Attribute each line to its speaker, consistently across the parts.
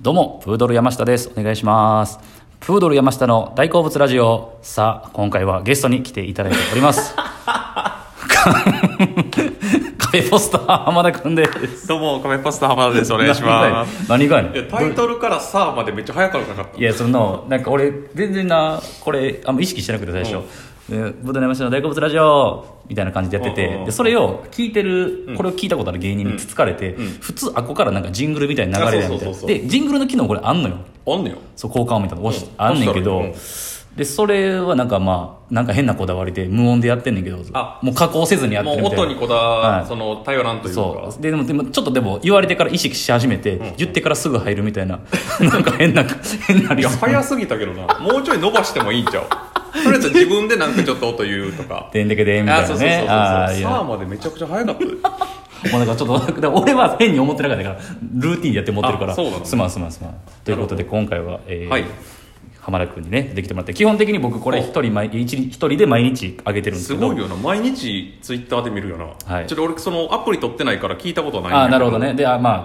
Speaker 1: どうも、プードル山下です。お願いします。プードル山下の大好物ラジオ。さあ、今回はゲストに来ていただいております。 壁ポスター浜田くんです。
Speaker 2: どうも、カメパスタ浜田です。お願いします。
Speaker 1: 何がやねん
Speaker 2: いや、タイトルからさあまでめっちゃ早くなかっ
Speaker 1: いやそのなんか俺全然なこれあんま意識してなくて最初「でブドウ山下の大好物ラジオ」みたいな感じでやって
Speaker 2: うんうん
Speaker 1: て
Speaker 2: うん
Speaker 1: でそれを聞いてるこれを聞いたことある芸人につつかれて
Speaker 2: ん
Speaker 1: 普通あっこからなんかジングルみたいな流れやみたい
Speaker 2: あそうそう
Speaker 1: な
Speaker 2: そうそう
Speaker 1: でジングルの機能これあんのよ
Speaker 2: た。あんねよ。
Speaker 1: そう効果音みたいなの押し
Speaker 2: うん
Speaker 1: あんねんけど
Speaker 2: 押
Speaker 1: でそれはなんかまあなんか変なこだわりで無音でやってんねんけど
Speaker 2: あ
Speaker 1: もう加工せずにやって
Speaker 2: も
Speaker 1: る
Speaker 2: う
Speaker 1: みたいな
Speaker 2: 音にこだ
Speaker 1: は
Speaker 2: わ、
Speaker 1: い
Speaker 2: その、頼らんという
Speaker 1: そ
Speaker 2: か。
Speaker 1: うででもでもちょっとでも言われてから意識し始めて、言ってからすぐ入るみたいな なんか変な変ないリ
Speaker 2: や、
Speaker 1: ズム
Speaker 2: 早すぎたけどな。もうちょい伸ばしてもいいんちゃう。とりあえず自分でなんかちょっと音言うとか。
Speaker 1: でんでけ でんみた
Speaker 2: あ、
Speaker 1: い
Speaker 2: そ
Speaker 1: な
Speaker 2: うそうそうそ
Speaker 1: ね
Speaker 2: う。
Speaker 1: ああい
Speaker 2: さあ
Speaker 1: や
Speaker 2: までめちゃくちゃ早かったで。
Speaker 1: もうなんかちょっとでも俺は変に思ってなかったからルーティンでやって持ってるから
Speaker 2: あそうなの
Speaker 1: すまんすまんすまんということで今回は、えー
Speaker 2: はい
Speaker 1: 浜田君にねできてもらって基本的に僕これ一人毎一日一人で毎日あげてるんです
Speaker 2: す
Speaker 1: けど
Speaker 2: ごいよな。毎日ツイッターで見るよな。
Speaker 1: はい
Speaker 2: ちょっと俺、その、アプリ取ってないから聞いたことないん
Speaker 1: あ
Speaker 2: や
Speaker 1: あ
Speaker 2: け
Speaker 1: なるほど。ねであまあ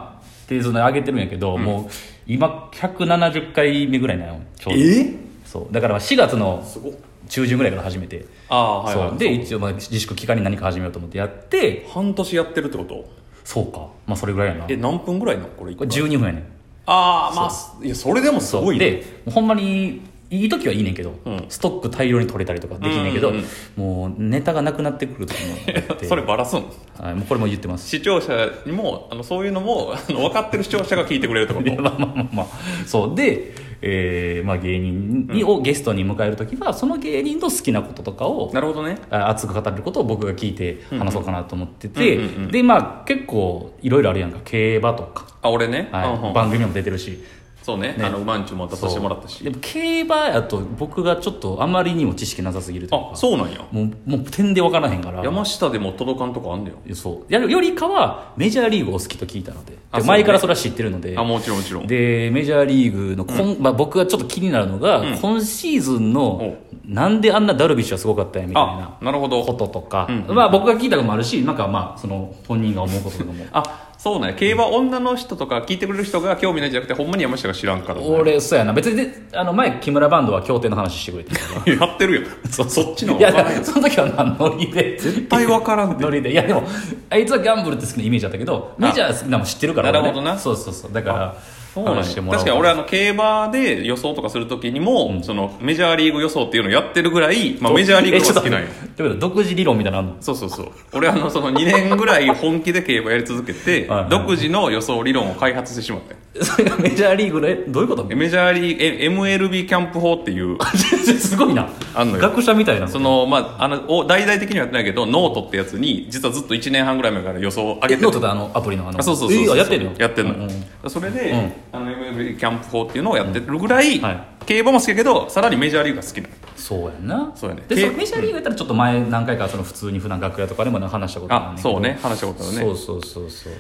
Speaker 1: っていうの上げてるんやけど、もう今170回目ぐらいなのちょうど
Speaker 2: え
Speaker 1: そうだから4月の
Speaker 2: すごっ
Speaker 1: 中旬ぐらいから始めて、
Speaker 2: ああ、はい
Speaker 1: そ
Speaker 2: は
Speaker 1: う
Speaker 2: い。
Speaker 1: で、一応まあ自粛期間に何か始めようと思ってやって
Speaker 2: 半年やってるってこと
Speaker 1: そうかまあそれぐらいやなこ
Speaker 2: え、
Speaker 1: れ
Speaker 2: 何分ぐらいなのこれ一回
Speaker 1: 12分やねん
Speaker 2: ああ、まあ、いや、それでもす
Speaker 1: そう
Speaker 2: ごいね
Speaker 1: でもうほんまにいい時はいいねんけど、
Speaker 2: うん
Speaker 1: ストック大量に取れたりとかできんねんけど、
Speaker 2: うんうん
Speaker 1: もうネタがなくなってくる時もあって
Speaker 2: それバラすん
Speaker 1: はい、もうこれも言ってます
Speaker 2: 視聴者にもあのそういうのもあの分かってる視聴者が聞いてくれるってこ
Speaker 1: いや
Speaker 2: と
Speaker 1: まあまあまあまあそうで、えーまあ、芸人に、をゲストに迎える時はその芸人の好きなこととかを
Speaker 2: なるほどね
Speaker 1: あ熱く語ることを僕が聞いて話そうかなと思ってて、
Speaker 2: うんうんうんうん
Speaker 1: でまあ結構いろいろあるやんか競馬とか、
Speaker 2: あ俺ね、
Speaker 1: はい
Speaker 2: うんうん
Speaker 1: 番組にも出てるし
Speaker 2: そうね
Speaker 1: ね
Speaker 2: あのうまんちゅうも出させてもらったし
Speaker 1: でも競馬やと僕がちょっとあまりにも知識なさすぎるという
Speaker 2: あ
Speaker 1: か
Speaker 2: そうなんや
Speaker 1: もうもう点で分からへんから
Speaker 2: 山下でも届かんとこあんだよ
Speaker 1: そうやるよりかはメジャーリーグを好きと聞いたので
Speaker 2: あ
Speaker 1: で
Speaker 2: そうね
Speaker 1: 前からそれは知ってるので
Speaker 2: あもちろんもちろん
Speaker 1: でメジャーリーグの今、まあ、僕がちょっと気になるのが、
Speaker 2: うん
Speaker 1: 今シーズンのなんであんなダルビッシュはすごかったんやみたい
Speaker 2: あ
Speaker 1: な
Speaker 2: なるほ
Speaker 1: こと
Speaker 2: ど
Speaker 1: とか、
Speaker 2: うんうん
Speaker 1: まあ、僕が聞いたのもあるしなんかまあその本人が思うこととかも
Speaker 2: あ そうなんや競馬女の人とか聞いてくれる人が興味ないんじゃなくてほんまに山下が知らんから、ね、
Speaker 1: 俺そうやな別にであの前木村バンドは協定の話してくれてる
Speaker 2: やってるよそそっちの
Speaker 1: い
Speaker 2: 方
Speaker 1: や
Speaker 2: が
Speaker 1: い
Speaker 2: 分からん
Speaker 1: や その時はまあノリで
Speaker 2: 絶対分からんで
Speaker 1: ノリでいやでもあいつはギャンブルって好きなイメージだったけどメジャー好きなの知ってるから、
Speaker 2: なるほどな
Speaker 1: そうそうそうだから
Speaker 2: そうなんや
Speaker 1: 話して
Speaker 2: 確
Speaker 1: もらおう
Speaker 2: かに俺あの競馬で予想とかするときにも、そのメジャーリーグ予想っていうのをやってるぐらい、まあ、メジャーリーグが好きなん
Speaker 1: えち
Speaker 2: や
Speaker 1: ょっとということで独自理論みたいなのあんの
Speaker 2: そうそうそう俺あのその2年ぐらい本気で競馬やり続けて
Speaker 1: はいはい
Speaker 2: 独自の予想理論を開発してしまったよ
Speaker 1: それがメジャーリーグのえどういうこと
Speaker 2: メジャーリーグえ MLB キャンプ法っ ていう
Speaker 1: すごいな
Speaker 2: あんのよ
Speaker 1: 学者みたいな
Speaker 2: そのまああのお大々的にはやってないけどノートってやつに実はずっと1年半ぐらい前から予想を上げ
Speaker 1: え
Speaker 2: て
Speaker 1: ノートであのアプリのあの
Speaker 2: あそうそうそうそう
Speaker 1: えやってるよ
Speaker 2: やってんの、
Speaker 1: うんうん
Speaker 2: それで、
Speaker 1: うん
Speaker 2: あの MLB キャンプ法っていうのをやってるぐらい、
Speaker 1: うんはい
Speaker 2: 競馬も好きやけどさらにメジャーリーグが好きなの
Speaker 1: そうやんな
Speaker 2: そうやね
Speaker 1: でその
Speaker 2: け
Speaker 1: メジャーリーグやったらちょっと前何回かその普通に普段楽屋とかでも話したこと
Speaker 2: あ
Speaker 1: る
Speaker 2: そうね話したことあるね
Speaker 1: そうそうそうそう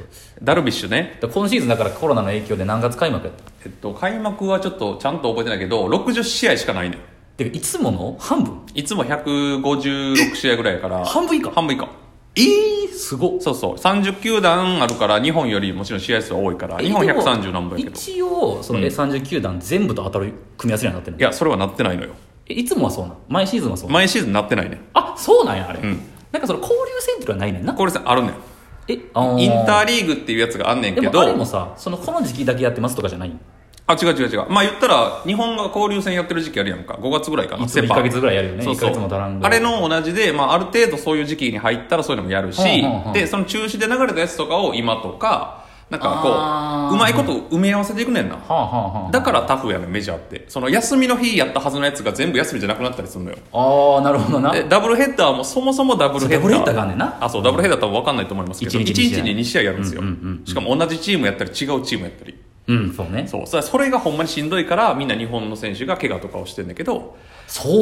Speaker 2: ダルビッシュね
Speaker 1: で今シーズンだからコロナの影響で何月開幕やった
Speaker 2: えっと開幕はちょっとちゃんと覚えてないけど60試合しかないねん
Speaker 1: てかいつもの半分
Speaker 2: いつも156試合ぐらいやから
Speaker 1: 半分以下
Speaker 2: 半分以下
Speaker 1: ええすごっ
Speaker 2: そうそう30球団あるから日本よりもちろん試合数は多いから日本
Speaker 1: えでも
Speaker 2: 130何本やけどい
Speaker 1: 一応その
Speaker 2: うん
Speaker 1: え39段全部と当たる組み合わせにはなってるの
Speaker 2: やそれはなってないのよ
Speaker 1: えいつもはそうなん毎シーズンはそうなん
Speaker 2: 毎シーズンなってないね
Speaker 1: あそうなんやあれ、
Speaker 2: うん
Speaker 1: なんかその交流戦っていうのはないねんな
Speaker 2: これさあるねん
Speaker 1: えあ
Speaker 2: インター
Speaker 1: ー
Speaker 2: リーグっていうやつがあんねんけ
Speaker 1: でも
Speaker 2: ど
Speaker 1: あれもさそのこの時期だけやってますとかじゃないん
Speaker 2: あ違う違う違うまあ言ったら日本が交流戦やってる時期あるやんか5月ぐらいかない
Speaker 1: つも
Speaker 2: セパ
Speaker 1: 1ヶ月ぐらいやるよね
Speaker 2: そうそう
Speaker 1: 1ヶ月も足らんぐ
Speaker 2: あ
Speaker 1: らい
Speaker 2: れの同じで、まあ、ある程度そういう時期に入ったらそういうのもやるし、
Speaker 1: うんうんうん
Speaker 2: でその中止で流れたやつとかを今とかなん
Speaker 1: あ
Speaker 2: か
Speaker 1: ー
Speaker 2: こううまいこと埋め合わせていくねんな
Speaker 1: はあはあはあ
Speaker 2: だからタフやねんメジャーってその休みの日やったはずのやつが全部休みじゃなくなったりするのよ
Speaker 1: ああなるほどな
Speaker 2: でダブルヘッダーもそもそもダブルヘッダー
Speaker 1: そうダブルヘッダーがあんねんな
Speaker 2: あそうダブルヘッダー多分分かんないと思いますけど
Speaker 1: 一日
Speaker 2: 1
Speaker 1: 二試合
Speaker 2: 日に2試合やるんですよ、
Speaker 1: うんうんうん
Speaker 2: しかも同じチームやったり違うチームやったり
Speaker 1: うんそうねそ
Speaker 2: そうそれそれがほんまにしんどいからみんな日本の選手が怪我とかをしてんだけど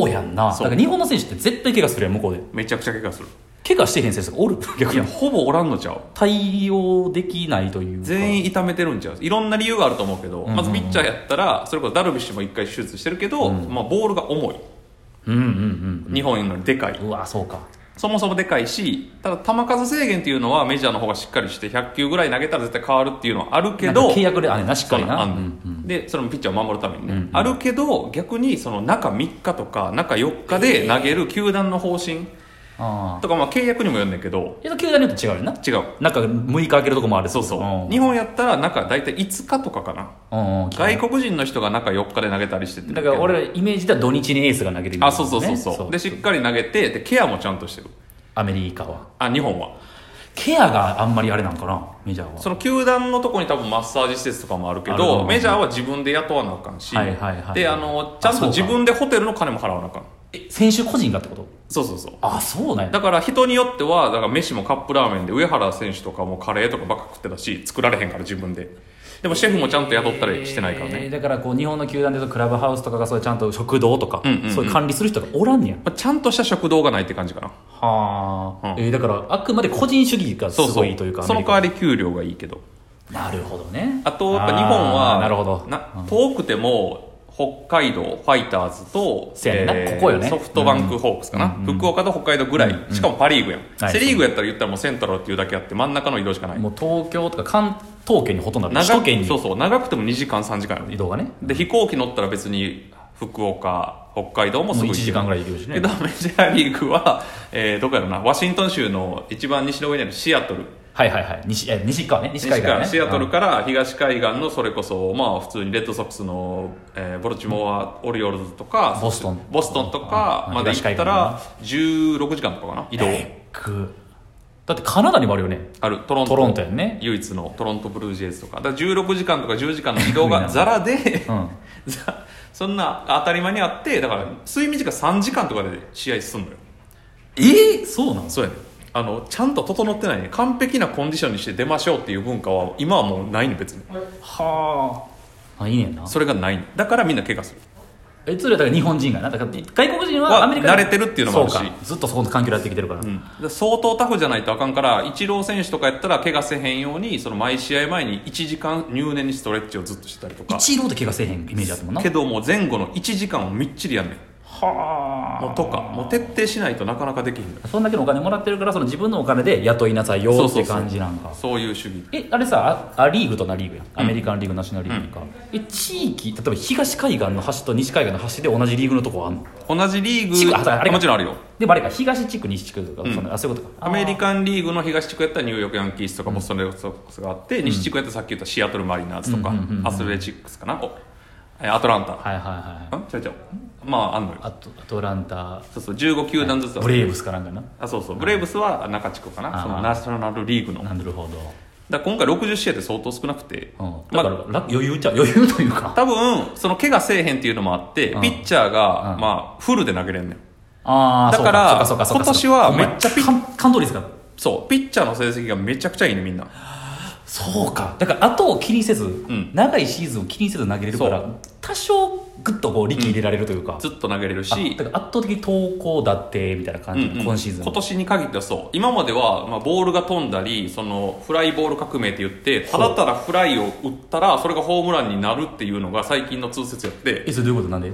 Speaker 1: うやんなだ
Speaker 2: そう
Speaker 1: から日本の選手って絶対怪我するやん向こうで
Speaker 2: めちゃくちゃ怪我する
Speaker 1: 怪我してへん選手が おる逆
Speaker 2: いや
Speaker 1: に
Speaker 2: ほぼおらんのちゃう
Speaker 1: 対応できないというか
Speaker 2: 全員痛めてるんちゃういろんな理由があると思うけど、
Speaker 1: んうん
Speaker 2: まずピッチャーやったらそれこそダルビッシュも一回手術してるけど、まあ、ボールが重い
Speaker 1: うんうんうん
Speaker 2: 日本よりでかい
Speaker 1: うんうわそうか
Speaker 2: そもそもでかいしただ球数制限っていうのはメジャーの方がしっかりして100球ぐらい投げたら絶対変わるっていうのはあるけ
Speaker 1: なん
Speaker 2: ど
Speaker 1: か契約であれなしっかりな
Speaker 2: あん
Speaker 1: う
Speaker 2: の
Speaker 1: んうん
Speaker 2: でそれもピッチャーを守るためにね、
Speaker 1: うんうん
Speaker 2: あるけど逆にその中3日とか中4日で投げる球団の方針
Speaker 1: ああ
Speaker 2: とか、まあ、契約にもよるんだけど
Speaker 1: いや球団によって違うよな
Speaker 2: 違う
Speaker 1: なんか6日開けるとこもある
Speaker 2: そうそう
Speaker 1: 日
Speaker 2: 日本やったら中大体5日とかかな
Speaker 1: 本
Speaker 2: 外国人の人が中4日で投げたりしてて
Speaker 1: だから俺らイメージでは土日にエースが投げてる
Speaker 2: あそうそうそうそう、
Speaker 1: で
Speaker 2: でしっかり投げてでケアもちゃんとしてる
Speaker 1: アメリカは
Speaker 2: あ日本は
Speaker 1: ケアがあんまりあれなんかなメジャーは
Speaker 2: その球団のとこに多分マッサージ施設とかもあるけ
Speaker 1: あるあるあ
Speaker 2: ど
Speaker 1: る
Speaker 2: メジャーは自分で雇わなあかんし、
Speaker 1: はいはいはい
Speaker 2: であのちゃんと
Speaker 1: あそうか
Speaker 2: 自分でホテルの金も払わなあかん
Speaker 1: え選手個人がってこと
Speaker 2: そうそうそう
Speaker 1: あそうなんや
Speaker 2: だから人によってはだから飯もカップラーメンで上原選手とかもカレーとかばっか食ってたし作られへんから自分ででもシェフもちゃんと雇ったりしてないからね、
Speaker 1: えーだからこう日本の球団でいうとクラブハウスとかがそういうちゃんと食堂とか、
Speaker 2: うんうんうん
Speaker 1: そういう管理する人がおらんねや
Speaker 2: まあ、ちゃんとした食堂がないって感じかな
Speaker 1: はあ、
Speaker 2: うん
Speaker 1: えーだからあくまで個人主義がす
Speaker 2: そうそ
Speaker 1: ご
Speaker 2: う
Speaker 1: いというか
Speaker 2: その代
Speaker 1: ア
Speaker 2: わ
Speaker 1: メリ
Speaker 2: り給料がいいけど
Speaker 1: カはなるほどね
Speaker 2: あとやっぱ日本は
Speaker 1: あーなるほど
Speaker 2: な遠くても北海道ファイターズと、
Speaker 1: せやんなここよね
Speaker 2: ソフトバンクホークスかな、福岡と北海道ぐらい、しかもパ・リーグやん、
Speaker 1: はい
Speaker 2: セ・リーグやったら言ったらもうセントラルっていうだけあって真ん中の移動しかない
Speaker 1: もう東京とか関東圏にほとんどある
Speaker 2: 長く
Speaker 1: 首都圏に
Speaker 2: そうそう長くても2時間3時間や
Speaker 1: 移
Speaker 2: ね
Speaker 1: 動がね
Speaker 2: で飛行機乗ったら別に福岡北海道もすぐ
Speaker 1: もう一時間ぐらい
Speaker 2: 行
Speaker 1: 行
Speaker 2: け
Speaker 1: け
Speaker 2: る
Speaker 1: る
Speaker 2: し
Speaker 1: しね
Speaker 2: ねけどメジャーリーグは、えーどこやろなワシントン州の一番西の上にあるシアトル
Speaker 1: はいはいはい西え西川ね西
Speaker 2: 西
Speaker 1: 海岸、ね、
Speaker 2: からシアトルから東海岸のそれこそまあ普通にレッドソックスの、えーボルチモア・オリオールズとか
Speaker 1: ボストン
Speaker 2: ボストンとか
Speaker 1: うん
Speaker 2: まで行ったら16時間とかかな移動
Speaker 1: えっくだってカナダにもあるよね
Speaker 2: あるトロント
Speaker 1: トロントやんね
Speaker 2: 唯一のトロントブルージェイズとかだから16時間とか10時間の移動
Speaker 1: 低い
Speaker 2: が
Speaker 1: な
Speaker 2: ザラで
Speaker 1: うん
Speaker 2: ざそんな当たり前にあってだから睡眠時間3時間とかで試合すんのよ
Speaker 1: えそうなん
Speaker 2: そうやねあのちゃんと整ってないね完璧なコンディションにして出ましょうっていう文化は今はもうないの別に
Speaker 1: はああいいねんな
Speaker 2: それがないのだからみんな怪我する
Speaker 1: えそれはだから日本人がなだから外国人
Speaker 2: は
Speaker 1: はアメリカ
Speaker 2: 慣れてるっていうのもあるし
Speaker 1: そうかずっとそこの環境でやってきてるから、
Speaker 2: で相当タフじゃないとあかんからイチロー選手とかやったら怪我せへんようにその毎試合前に1時間入念にストレッチをずっとしてたりとか
Speaker 1: 一郎って怪我せえへんイメージあったもんな
Speaker 2: けどもう前後の1時間をみっちりやんねん
Speaker 1: は
Speaker 2: もうとかもう徹底しないとなかなかできへんのよ
Speaker 1: そんだけのお金もらってるからその自分のお金で雇いなさいよって感じなんか
Speaker 2: そういう主義
Speaker 1: えあれさああリーグとなリーグやんアメリカンリーグ、ナショナルリーグか、え地域例えば東海岸の端と西海岸の端で同じリーグのとこあんの
Speaker 2: 同じリ
Speaker 1: 違
Speaker 2: ー
Speaker 1: う
Speaker 2: グ
Speaker 1: あそうあれか
Speaker 2: もちろんあるよ
Speaker 1: でもあれか東地区西地区とか、そのあそういうことか
Speaker 2: アメリ
Speaker 1: カ
Speaker 2: カンリーグの東地区やったらニューヨークヤンキースとかボストンレッドソックスがあって、西地区やったらさっき言ったシアトルマリナーズとか、
Speaker 1: うんうんうんうん
Speaker 2: アスレチックスかなおえアトランタ、
Speaker 1: はいはいはい
Speaker 2: んちゃうちゃうまああんのよ
Speaker 1: アトアトランタ
Speaker 2: そうそう15球団ずつある
Speaker 1: ブレーブスかなんかな
Speaker 2: あそうそうブレーブスは中地区か
Speaker 1: あ
Speaker 2: な
Speaker 1: ー
Speaker 2: そのナショナルリーグのだか
Speaker 1: なるほ
Speaker 2: ら今回60試合って相当少なくて、
Speaker 1: ど、うん、
Speaker 2: ま
Speaker 1: だ
Speaker 2: あ
Speaker 1: から、楽余裕ちゃう余裕という か
Speaker 2: 多分その怪我せえへんっていうのもあって、
Speaker 1: うん
Speaker 2: ピッチャーが、
Speaker 1: うん
Speaker 2: まあ、フルで投げれんねん
Speaker 1: ああ
Speaker 2: だから
Speaker 1: そうかそうかそうかそうか
Speaker 2: 今年はめっちゃピッ
Speaker 1: ほんまや感感動率が
Speaker 2: そうピッチャーの成績がめちゃくちゃいいねみんな
Speaker 1: そうかだから後を気にせず、
Speaker 2: ん
Speaker 1: 長いシーズンを気にせず投げれるか
Speaker 2: そ
Speaker 1: ら多少グッとこう力入れられるというか、
Speaker 2: ずっと投げれる
Speaker 1: あ
Speaker 2: し
Speaker 1: だから圧倒的に投高だってみたいな感じ、
Speaker 2: うんうん
Speaker 1: 今シーズン
Speaker 2: 今年に限ってはそう今までは、まあ、ボールが飛んだりそのフライボール革命って言ってただただフライを打ったらそれがホームランになるっていうのが最近の通説やって
Speaker 1: えそれどういうことなんで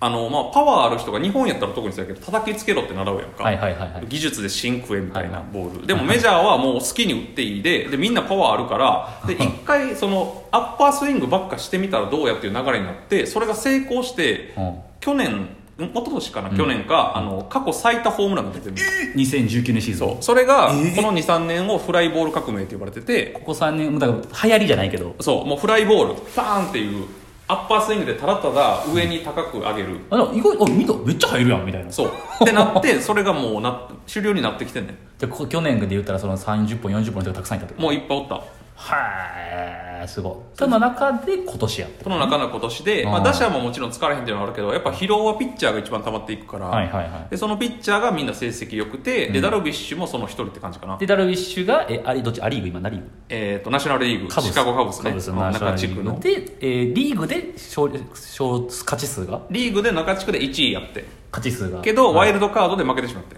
Speaker 2: あの、まあ、パワーある人が日本やったら特にそうやけど叩きつけろって習うやんか、
Speaker 1: はいはいはいはい
Speaker 2: 技術で真空へみたい
Speaker 1: は
Speaker 2: な
Speaker 1: いはい
Speaker 2: ボール、でもメジャーはもう好きに打っていいででみんなパワーあるからで一回そのアッパースイングばっかしてみたらどうやっていう流れになってそれが成功して
Speaker 1: うん
Speaker 2: 去年ん一昨年かな、去年かあの過去最多ホームランが出てる
Speaker 1: 2019年シーズン
Speaker 2: そうそれがこの23年をフライボール革命って呼ばれてて
Speaker 1: ここ3年だから流行りじゃないけど
Speaker 2: そうもうフライボールパーンっていうアッパースイングでただただ上に高く上げる、
Speaker 1: あでも意外あ見ためっちゃ入るやんみたいな
Speaker 2: そうってなってそれがもうな主流になってきてんね
Speaker 1: じゃあこ去年で言ったらその30本40本の人がたくさんいたって
Speaker 2: ん
Speaker 1: こと
Speaker 2: もういっぱいおった
Speaker 1: はーすごいその中で今年やって
Speaker 2: この中の今年で、ま
Speaker 1: う
Speaker 2: あ、
Speaker 1: ん
Speaker 2: 打者ももちろん疲れへんっていうのはあるけどやっぱ疲労はピッチャーが一番溜まっていくから、
Speaker 1: はいはいはい
Speaker 2: でそのピッチャーがみんな成績良くて、でダルビッシュもその一人って感じかな
Speaker 1: でダルビッシュがえあれどっちア・リーグ今何リーグ
Speaker 2: えっ、とナショナルリーグ
Speaker 1: カブス
Speaker 2: シカゴカブス
Speaker 1: カ
Speaker 2: ね
Speaker 1: ブス
Speaker 2: うん
Speaker 1: ナショナ
Speaker 2: 中
Speaker 1: ル
Speaker 2: 地
Speaker 1: リ
Speaker 2: 区
Speaker 1: ー
Speaker 2: の
Speaker 1: グで、えーリーグで勝勝勝ち数が
Speaker 2: リーグで中地区で1位やって
Speaker 1: 勝ち数が
Speaker 2: けど、
Speaker 1: うん
Speaker 2: ワイルドカードで負けてしまって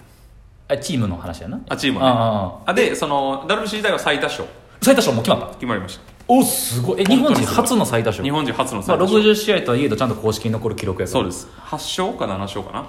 Speaker 1: あチームの話やな
Speaker 2: あチームはね
Speaker 1: ああ
Speaker 2: あでそのダルビッシュ時代は最多勝
Speaker 1: 最多勝もう決まった
Speaker 2: 決まりました
Speaker 1: おすごいえ日本人初の最多勝
Speaker 2: 日本人初の
Speaker 1: ま
Speaker 2: 最
Speaker 1: あ、
Speaker 2: 多勝
Speaker 1: 60試合とはいえどちゃんと公式に残る記録やから
Speaker 2: そうです8勝か7勝かな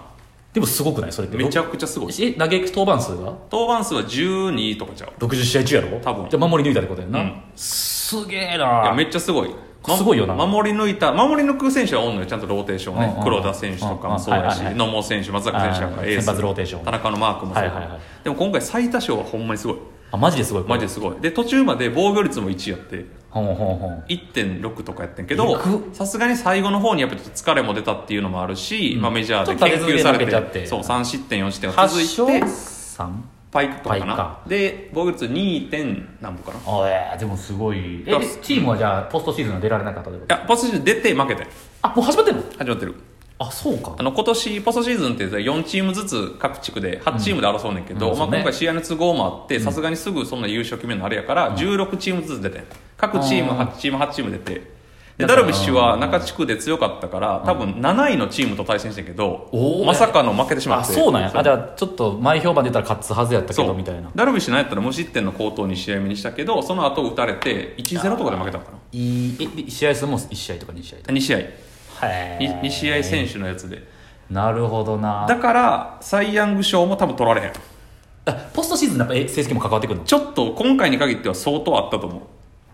Speaker 1: でもすごくないそれって
Speaker 2: めちゃくちゃすごい
Speaker 1: え打撃登板数が
Speaker 2: 登板数は12とかちゃう
Speaker 1: 60試合中やろ
Speaker 2: 多分
Speaker 1: じゃあ守り抜いたってことやんな、
Speaker 2: うん
Speaker 1: すげえ
Speaker 2: いや
Speaker 1: な
Speaker 2: めっちゃすごいます
Speaker 1: ごいよな
Speaker 2: 守り抜いた守り抜く選手はおんのよちゃんとローテーション
Speaker 1: うんうん
Speaker 2: ね
Speaker 1: うん
Speaker 2: 黒田選手とかもそうや
Speaker 1: うん
Speaker 2: し
Speaker 1: うんはいはいはい
Speaker 2: 野茂選手松坂選手なんかエー
Speaker 1: 先
Speaker 2: ス
Speaker 1: 発ローテーション
Speaker 2: 田中のマークもそうや
Speaker 1: はいはいはい
Speaker 2: でも今回最多勝はほんまにすごい
Speaker 1: あマジですごい
Speaker 2: マジですごいで途中まで防御率も1やって
Speaker 1: ほんほんほん
Speaker 2: 1.6とかやってんけど
Speaker 1: えぐ
Speaker 2: さすがに最後の方にやっぱちょっと疲れも出たっていうのもあるし、
Speaker 1: うん
Speaker 2: まあ、メジャーで
Speaker 1: ちょっと
Speaker 2: 研
Speaker 1: 立て続け
Speaker 2: 究
Speaker 1: に
Speaker 2: されて
Speaker 1: 負けちゃって
Speaker 2: そう3失点4失点が続い
Speaker 1: 8勝
Speaker 2: て
Speaker 1: 3
Speaker 2: パイクとかか
Speaker 1: パイ
Speaker 2: な
Speaker 1: クか
Speaker 2: で防御率2点何歩かない
Speaker 1: あえーでもすごいえ
Speaker 2: だ
Speaker 1: チームはじゃあポストシーズンは出られなかったってこと
Speaker 2: やポストシーズン出て負けて
Speaker 1: あもう始まってんの
Speaker 2: 始まってる
Speaker 1: あそうか
Speaker 2: あの今年ポストシーズンって4チームずつ各地区で8チームで争うねんけ
Speaker 1: うん
Speaker 2: ど、ま
Speaker 1: そう
Speaker 2: あ、
Speaker 1: ね
Speaker 2: 今回試合の都合もあってさすがにすぐそんな優勝決めるのあれやから16チームずつ出てん各チーム
Speaker 1: あー
Speaker 2: 8チーム8チーム出て
Speaker 1: だ
Speaker 2: でダ
Speaker 1: から
Speaker 2: ルビッシュは中地区で強かったから多分7位のチームと対戦してんけど
Speaker 1: おー
Speaker 2: まさかの負けてしま
Speaker 1: あ
Speaker 2: って
Speaker 1: そうなんやあじゃあちょっと前評判出たら勝つはずやったけ
Speaker 2: そ
Speaker 1: ど
Speaker 2: う
Speaker 1: みたいな
Speaker 2: ダルビッシュなんやったら無失点の好投に試合目にしたけどその後打たれて1-0とかで負けたのかない
Speaker 1: いえで試合数も1試合とか2試合と
Speaker 2: 2試合
Speaker 1: かへえ
Speaker 2: 2, 試合選手のやつで
Speaker 1: なるほどな
Speaker 2: だからサイ・ヤング賞も多分取られへん
Speaker 1: あポストシーズンのやっぱえ成績も関わってくるの
Speaker 2: ちょっと今回に限っては相当あったと思う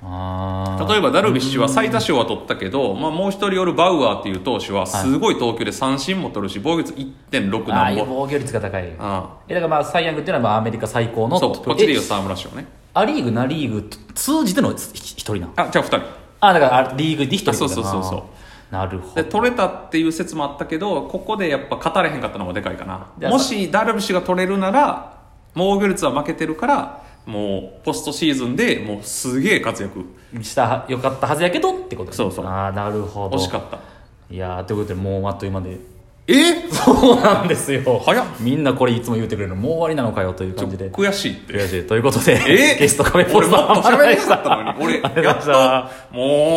Speaker 1: あー
Speaker 2: 例えばダルビッシュは最多勝は取ったけど、まあ、もう一人おるバウアーっていう投手はすごい投球で三振も取るし防御率1.6
Speaker 1: ああ
Speaker 2: 何
Speaker 1: いう
Speaker 2: 本
Speaker 1: 防御率が高い
Speaker 2: あ
Speaker 1: えだからまあサイ・ヤングっていうのはまあアメリカ最高の
Speaker 2: そうこっちで言う
Speaker 1: え
Speaker 2: 沢村賞ね
Speaker 1: ア・リーグナ・リーグ通じてのひ一人なん
Speaker 2: あじゃあ2人
Speaker 1: あだからあリーグで一人
Speaker 2: あそうそうそうそう
Speaker 1: うなるほ
Speaker 2: で
Speaker 1: ど
Speaker 2: 取れたっていう説もあったけどここでやっぱ勝たれへんかったのもでかいか
Speaker 1: で
Speaker 2: なもしダルビッシュが取れるなら防御率は負けてるからもうポストシーズンでもうすげえ活躍
Speaker 1: したよかったはずやけどってことね
Speaker 2: そうそう
Speaker 1: ああなるほど
Speaker 2: 惜しかった
Speaker 1: いやーということでもうあっという間で
Speaker 2: え
Speaker 1: そうなんですよ
Speaker 2: 早っ
Speaker 1: みんなこれいつも言うてくれるのもう終わりなのかよという感じで
Speaker 2: 悔しいって
Speaker 1: 悔しいということで
Speaker 2: え
Speaker 1: ゲストカメポ
Speaker 2: 俺
Speaker 1: ス
Speaker 2: もっと
Speaker 1: ター
Speaker 2: 喋りたかったのに俺
Speaker 1: ありがとうございました
Speaker 2: やっともう